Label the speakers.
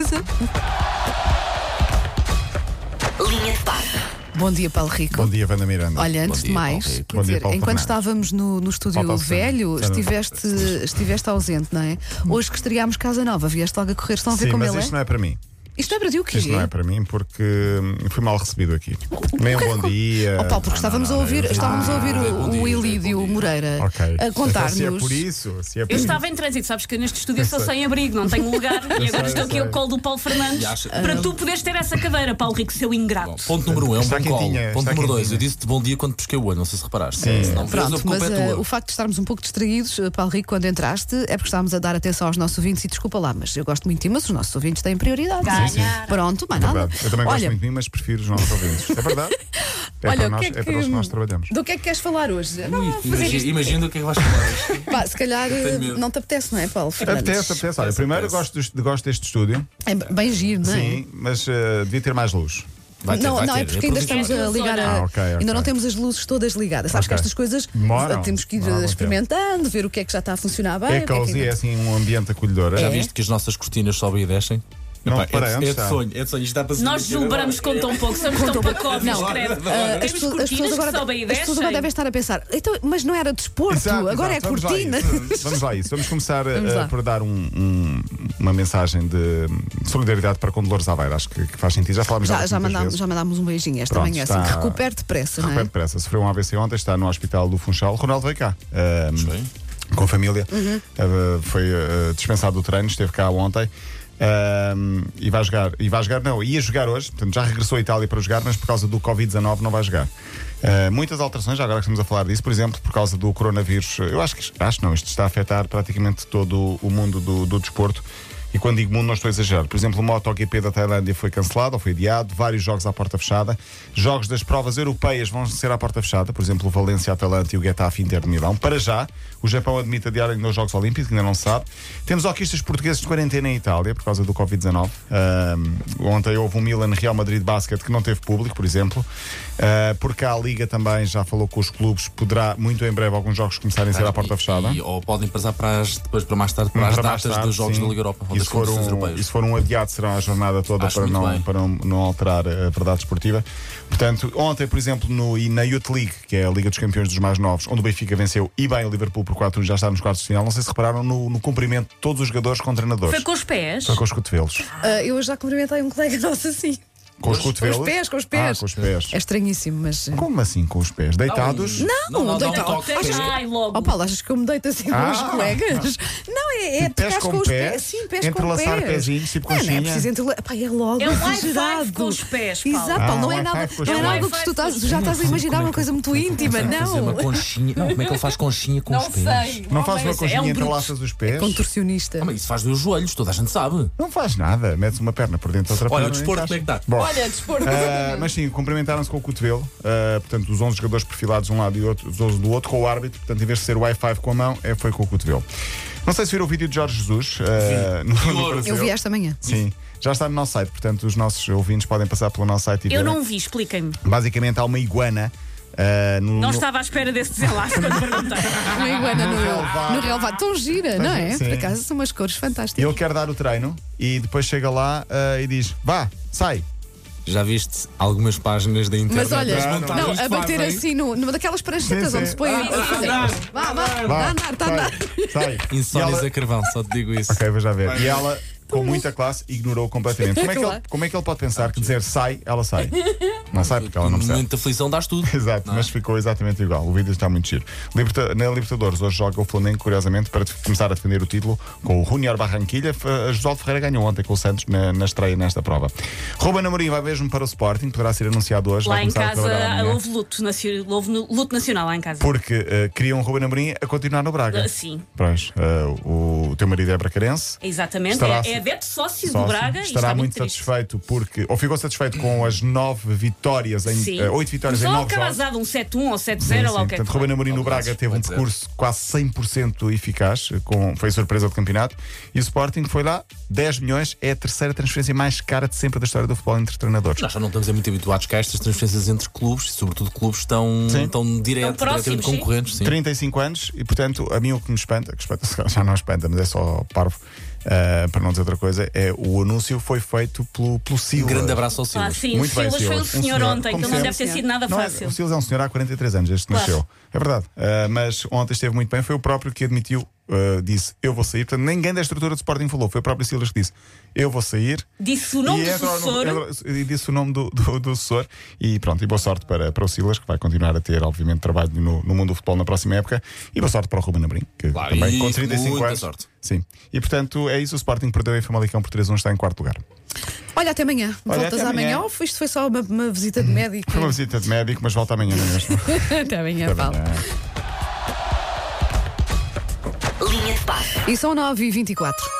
Speaker 1: coisa.
Speaker 2: Linha de passe.
Speaker 1: Bom dia, Paulo Rico.
Speaker 3: Bom dia, Vanda Miranda.
Speaker 1: Olha,
Speaker 4: Bom
Speaker 1: antes
Speaker 4: dia,
Speaker 1: de
Speaker 4: Paulo
Speaker 1: mais,
Speaker 4: Rico.
Speaker 1: quer
Speaker 3: Bom dia,
Speaker 1: dizer,
Speaker 3: Paulo
Speaker 1: enquanto
Speaker 3: Fernandes.
Speaker 1: estávamos no, no estúdio
Speaker 3: Falta o Sandro.
Speaker 1: velho,
Speaker 3: Sandro.
Speaker 1: estiveste, estiveste ausente, não é? Hoje que estreámos Casa Nova, vieste logo a correr, estão a ver
Speaker 3: Hum. Sim,
Speaker 1: como
Speaker 3: mas
Speaker 1: ele
Speaker 3: isto
Speaker 1: é?
Speaker 3: não é para mim.
Speaker 1: Isto não é para ti o quê?
Speaker 3: Isto não é para mim porque hum, fui mal recebido aqui.
Speaker 1: O
Speaker 3: Nem um
Speaker 1: que é que-
Speaker 3: bom dia.
Speaker 1: Oh, Paulo, porque estávamos a ouvir, estávamos a ouvir o,
Speaker 4: bom dia,
Speaker 1: o
Speaker 4: bom
Speaker 1: Ilídio
Speaker 4: dia.
Speaker 1: Moreira
Speaker 3: Ok.
Speaker 1: a
Speaker 3: Então, Se é
Speaker 1: contar-nos.
Speaker 3: por isso, se é por
Speaker 5: Eu
Speaker 3: isso.
Speaker 5: estava em trânsito, sabes que eu neste estúdio sou
Speaker 3: sei.
Speaker 5: sem abrigo, não tenho lugar e
Speaker 3: sei,
Speaker 5: agora estou
Speaker 3: eu
Speaker 5: aqui
Speaker 3: sei.
Speaker 5: ao colo do Paulo Fernandes
Speaker 4: E acha-
Speaker 5: para tu poderes ter essa cadeira, Paulo Rico, seu ingrato.
Speaker 4: Bom, Ponto número um é um
Speaker 3: Está
Speaker 4: bom colo.
Speaker 3: quentinha,
Speaker 4: Ponto
Speaker 3: está
Speaker 4: número dois,
Speaker 3: quentinha.
Speaker 4: eu disse-te bom dia quando pesquei o olho, não sei se reparaste.
Speaker 3: Sim.
Speaker 4: Se não vês, a
Speaker 1: Pronto,
Speaker 4: culpa
Speaker 1: mas
Speaker 4: é
Speaker 1: eh,
Speaker 4: tua.
Speaker 1: o facto de estarmos um pouco distraídos, eh, Paulo Rico, quando entraste, é porque estávamos a dar atenção aos nossos ouvintes e desculpa lá, mas eu gosto muito de ti, mas os nossos ouvintes têm prioridade.
Speaker 5: Sim, sim.
Speaker 1: Pronto, mais nada.
Speaker 3: É Verdade. Eu também gosto
Speaker 1: Olha,
Speaker 3: muito de mim, mas prefiro os nossos ouvintes. É verdade? É,
Speaker 1: Olha,
Speaker 3: para,
Speaker 1: o
Speaker 3: nós,
Speaker 1: que é que-
Speaker 3: para os que nós trabalhamos.
Speaker 1: do que é que queres falar hoje? Não, vou fazer
Speaker 4: Imagina,
Speaker 1: isto.
Speaker 4: imagina o que é que vais falar hoje.
Speaker 1: Pá, se calhar eh,
Speaker 4: Tenho medo.
Speaker 1: não te apetece, não é, Paulo? Fernandes?
Speaker 3: Apetece, apetece. Olha, primeiro
Speaker 4: apetece.
Speaker 3: gosto, dos- gosto deste estúdio.
Speaker 1: É bem giro, não é?
Speaker 3: Sim, mas eh, devia ter mais luz.
Speaker 4: Vai ter,
Speaker 1: não,
Speaker 4: vai
Speaker 1: não,
Speaker 4: ter,
Speaker 1: é porque ainda
Speaker 4: provisório.
Speaker 1: estamos a ligar a.
Speaker 3: Ah, ok, ok.
Speaker 1: Ainda não temos as luzes todas ligadas. Sabes
Speaker 3: Ok.
Speaker 1: que estas coisas
Speaker 3: Demoram.
Speaker 1: eh, temos que ir
Speaker 3: Demoram algum
Speaker 1: experimentando, ver o que é que já está a funcionar bem.
Speaker 3: É
Speaker 1: o que é que
Speaker 3: cozy,
Speaker 1: ainda-
Speaker 3: é assim um ambiente acolhedor.
Speaker 4: Já
Speaker 3: É.
Speaker 4: viste que as nossas cortinas sobem e descem?
Speaker 3: Não
Speaker 4: Epá,
Speaker 3: reparei,
Speaker 4: é, de-
Speaker 3: onde
Speaker 4: é
Speaker 3: está?
Speaker 4: de sonho, é de sonho. Isto dá para se
Speaker 5: Nós
Speaker 4: divertir agora.
Speaker 5: julgamos com tão pouco, somos tão pacóvios,
Speaker 1: Não,
Speaker 5: credo.
Speaker 4: ah,
Speaker 1: as, pessoas, as
Speaker 5: Temos
Speaker 1: pessoas
Speaker 5: cortinas que
Speaker 1: agora,
Speaker 5: sobem e
Speaker 1: as pessoas agora devem
Speaker 5: descem.
Speaker 1: estar a pensar, então, mas não era desporto,
Speaker 3: Exato,
Speaker 1: agora
Speaker 3: exato.
Speaker 1: é
Speaker 3: Vamos lá a
Speaker 1: cortina.
Speaker 3: isso. Vamos lá a isso. Vamos começar eh,
Speaker 1: Vamos lá.
Speaker 3: por dar um- um- uma mensagem de solidariedade para com Dolores Aveiro. Acho que, que faz sentido. Já falámos
Speaker 1: Já,
Speaker 3: disso
Speaker 1: já,
Speaker 3: muitas
Speaker 1: mandámos,
Speaker 3: vezes.
Speaker 1: já mandámos um beijinho esta
Speaker 3: Pronto,
Speaker 1: manhã.
Speaker 3: está-
Speaker 1: Assim, que recupere depressa, não
Speaker 3: Recupera
Speaker 1: é?
Speaker 3: depressa. Sofreu um AVC ontem, está no hospital do Funchal. Ronaldo veio cá. ahm,
Speaker 4: Sim.
Speaker 3: com a família.
Speaker 1: Uhum.
Speaker 3: Ah, foi ah, dispensado do treino, esteve cá ontem. ahm, e vai jogar, e vai jogar, não, ia jogar hoje, portanto, já regressou à Itália para jogar, mas por causa do Covid-19 não vai jogar. Ah, muitas alterações, já agora que estamos a falar disso, por exemplo, por causa do coronavírus, eu acho que acho não, isto está a afetar praticamente todo o mundo do, do desporto. E quando digo mundo, não estou a exagerar. Por exemplo, o MotoGP da Tailândia foi cancelado ou foi adiado, vários jogos à porta fechada. Jogos das provas europeias vão ser à porta fechada, por exemplo, o Valência Atalanta e o Getafe Inter de Milão. Para já, o Japão admite adiar ainda os Jogos Olímpicos, ainda não se sabe. Temos hoquistas portugueses de quarentena em Itália por causa do Covid-19. Ahm, ontem houve um Milan-Real Madrid Basket que não teve público, por exemplo. Ah, por cá a Liga também já falou com os clubes, poderá muito em breve alguns jogos começarem a ser à porta fechada.
Speaker 4: E- ou podem passar para as, depois para mais tarde, para as
Speaker 3: Para mais
Speaker 4: datas
Speaker 3: tarde,
Speaker 4: dos jogos
Speaker 3: sim.
Speaker 4: da Liga Europa ou
Speaker 3: E
Speaker 4: das
Speaker 3: se for,
Speaker 4: competições
Speaker 3: um,
Speaker 4: europeias.
Speaker 3: e se for um adiado, será a jornada toda
Speaker 4: Acho
Speaker 3: para
Speaker 4: muito
Speaker 3: não,
Speaker 4: bem.
Speaker 3: para não- não alterar a verdade esportiva. Portanto, ontem, por exemplo, no, e na Youth League, que é a Liga dos Campeões dos Mais Novos, onde o Benfica venceu e bem o Liverpool por 4 já está nos quartos de final. Não sei se repararam no, no cumprimento de todos os jogadores com treinadores.
Speaker 5: Foi com os pés.
Speaker 3: Foi com os cotovelos.
Speaker 1: Ah, eu já cumprimentei um colega nosso assim.
Speaker 3: Com os cotovelos?
Speaker 1: pés, com os pés.
Speaker 3: Ah, com os pés.
Speaker 1: É estranhíssimo, mas.
Speaker 3: Como assim com os pés? Deitados?
Speaker 4: Não,
Speaker 1: deitado.
Speaker 4: não, não, é? toque.
Speaker 1: Achas que-
Speaker 5: Ai, logo.
Speaker 1: Oh, Paulo, achas que eu me deito assim com os
Speaker 3: Ah.
Speaker 1: colegas? Não, é, é
Speaker 3: Pés
Speaker 1: tocar
Speaker 3: com
Speaker 1: com os
Speaker 3: pés,
Speaker 1: pés. Sim, pés com
Speaker 3: entrelaçar
Speaker 1: pés.
Speaker 3: pezinhos, tipo
Speaker 1: não, não é
Speaker 3: conchinha.
Speaker 1: preciso entrelaçar. Pá, é logo.
Speaker 5: É um high five
Speaker 1: exagerado.
Speaker 5: com os pés, Paulo.
Speaker 1: Exato,
Speaker 3: Ah,
Speaker 1: Paulo, não
Speaker 3: um
Speaker 1: é
Speaker 3: high
Speaker 1: nada,
Speaker 3: five com os
Speaker 1: não é
Speaker 3: pés.
Speaker 1: algo que tu estás- já estás a
Speaker 4: assim?
Speaker 1: imaginar uma coisa
Speaker 4: é
Speaker 1: muito íntima,
Speaker 4: Fazer uma
Speaker 1: não.
Speaker 4: conchinha. Não, como é que ele faz conchinha com os pés?
Speaker 3: Não faz uma então
Speaker 5: Mas é
Speaker 3: coxinha
Speaker 5: um
Speaker 3: e
Speaker 5: bruto.
Speaker 3: entrelaças os pés?
Speaker 1: Contorcionista.
Speaker 4: Ah, mas isso faz dois joelhos, toda a gente sabe.
Speaker 3: Não faz nada. Metes uma perna por dentro, outra
Speaker 4: Olha,
Speaker 3: perna.
Speaker 4: o desporto, como é que
Speaker 3: encaixa.
Speaker 4: está?
Speaker 3: Bom.
Speaker 2: Olha, desporto.
Speaker 3: Ah, mas sim, cumprimentaram-se com o cotovelo, ah, portanto, os 11 jogadores perfilados de um lado e outro, os 11 do outro, com o árbitro, portanto, em vez de ser o i5 com a mão, é, foi com o cotovelo. Não sei se viram o vídeo de Jorge Jesus ah, no, no
Speaker 4: Ouro.
Speaker 3: Brasil.
Speaker 1: Eu vi esta manhã.
Speaker 3: Sim, já está no nosso site, portanto, os nossos ouvintes podem passar pelo nosso site e
Speaker 5: Eu
Speaker 3: ver.
Speaker 5: não vi, expliquem-me.
Speaker 3: Basicamente, há uma iguana ah, no.
Speaker 5: Não
Speaker 3: no-
Speaker 5: estava à espera desse desenlace quando perguntei.
Speaker 1: Uma iguana no, no relevado. Tão gira, não é?
Speaker 3: Sim.
Speaker 1: Por acaso são umas cores fantásticas.
Speaker 3: Ele quer dar o treino e depois chega lá ah, e diz: vá, sai.
Speaker 4: Já viste algumas páginas da internet?
Speaker 1: Mas olha,
Speaker 4: das
Speaker 1: não,
Speaker 4: montagens
Speaker 1: a
Speaker 4: que
Speaker 1: bater
Speaker 4: fazem?
Speaker 1: assim no- numa daquelas pranchetas
Speaker 3: Sim, sim.
Speaker 1: onde se põe. Vá, vá,
Speaker 3: Vá,
Speaker 1: está a andar, está
Speaker 5: Tá,
Speaker 1: a
Speaker 3: sai,
Speaker 1: andar.
Speaker 3: sai. E
Speaker 4: Insónias
Speaker 3: ela-
Speaker 4: a carvão, só te digo isso.
Speaker 3: Ok, vou já ver. E ela, com muita classe, ignorou completamente. Como é que ele,
Speaker 1: Claro.
Speaker 3: como é que ele pode pensar que dizer sai, ela sai? Não sai porque ela
Speaker 4: No
Speaker 3: não percebe.
Speaker 4: momento da aflição dás tudo.
Speaker 3: Exato,
Speaker 4: Não é?
Speaker 3: mas ficou exatamente igual. O vídeo está muito giro. Liberta- na Libertadores, hoje joga o Flamengo, curiosamente, para começar a defender o título com o Junior Barranquilha. F- a Josualdo Ferreira ganhou ontem com o Santos na, na estreia nesta prova. Ruben Amorim vai mesmo para o Sporting, poderá ser anunciado hoje.
Speaker 5: Lá
Speaker 3: vai
Speaker 5: em
Speaker 3: começar a
Speaker 5: casa
Speaker 3: trabalhar amanhã.
Speaker 5: houve luto, nacio- houve luto nacional lá em casa.
Speaker 3: Porque eh, queriam o Ruben Amorim a continuar no Braga.
Speaker 5: Ah, sim.
Speaker 3: Pois, eh, o, o teu marido é bracarense.
Speaker 5: Exatamente,
Speaker 3: Estará-
Speaker 5: é, é adepto sócio,
Speaker 3: Sócio.
Speaker 5: do Braga e
Speaker 3: estará
Speaker 5: está
Speaker 3: muito
Speaker 5: triste.
Speaker 3: satisfeito porque ou ficou satisfeito com as nove vitórias em
Speaker 5: Sim.
Speaker 3: eh, oito vitórias
Speaker 5: Só
Speaker 3: em nove jogos.
Speaker 5: acabazado, um 7-1
Speaker 3: Sim,
Speaker 5: ou 7-0,
Speaker 3: sim.
Speaker 5: lá o que é que
Speaker 3: Portanto,
Speaker 5: foi.
Speaker 3: Ruben Amorim no Braga teve um
Speaker 4: Pode ser.
Speaker 3: percurso quase 100% eficaz, com, foi surpresa do campeonato. E o Sporting foi lá, 10 milhões, é a terceira transferência mais cara de sempre da história do futebol entre treinadores.
Speaker 4: Nós já não estamos é muito habituados que estas transferências entre clubes, sobretudo clubes tão,
Speaker 3: Sim.
Speaker 4: tão direto,
Speaker 5: Tão próximos,
Speaker 4: diretamente
Speaker 5: sim.
Speaker 4: concorrentes. Sim.
Speaker 3: 35 anos e, portanto, a mim o que me espanta, que espanta já não espanta, mas é só parvo, ah, para não dizer outra coisa, é, o anúncio foi feito pelo, pelo
Speaker 4: Um
Speaker 3: Silas.
Speaker 4: grande abraço ao
Speaker 5: Ah,
Speaker 4: Silas.
Speaker 5: sim, o
Speaker 3: Muito bem,
Speaker 5: Silas foi um
Speaker 3: Silas. Um
Speaker 5: senhor
Speaker 3: senhor,
Speaker 5: ontem,
Speaker 3: como
Speaker 5: que não deve
Speaker 3: sempre.
Speaker 5: ter sido nada
Speaker 3: Não, é-
Speaker 5: fácil.
Speaker 3: o Silas é um senhor há 43 anos, desde que
Speaker 5: Claro.
Speaker 3: nasceu. É verdade. Ah, mas ontem esteve muito bem, foi o próprio que admitiu, ah, disse eu vou sair. Portanto, ninguém da estrutura do Sporting falou, foi o próprio Silas que disse eu vou sair.
Speaker 5: Disse o nome
Speaker 3: E
Speaker 5: do
Speaker 3: entra o
Speaker 5: sucessor.
Speaker 3: número- entra- E disse o nome do, do, do sucessor. E pronto, e boa sorte para, para o Silas, que vai continuar a ter, obviamente, trabalho no, no mundo do futebol na próxima época. E boa sorte para o Ruben Amorim, que
Speaker 4: Claro,
Speaker 3: também
Speaker 4: e
Speaker 3: com 35
Speaker 4: muita
Speaker 3: anos.
Speaker 4: sorte.
Speaker 3: Sim. E portanto, é isso. O Sporting perdeu em Famalicão por 3-1, está em quarto lugar.
Speaker 1: Olha, até amanhã.
Speaker 3: Olha,
Speaker 1: Voltas
Speaker 3: até
Speaker 1: amanhã
Speaker 3: amanhã.
Speaker 1: ou isto foi só uma, uma visita de médico?
Speaker 3: Foi uma visita de médico, mas volta amanhã não é mesmo.
Speaker 1: até amanhã, Paulo.
Speaker 2: Linha de passe.
Speaker 1: E são 9h24.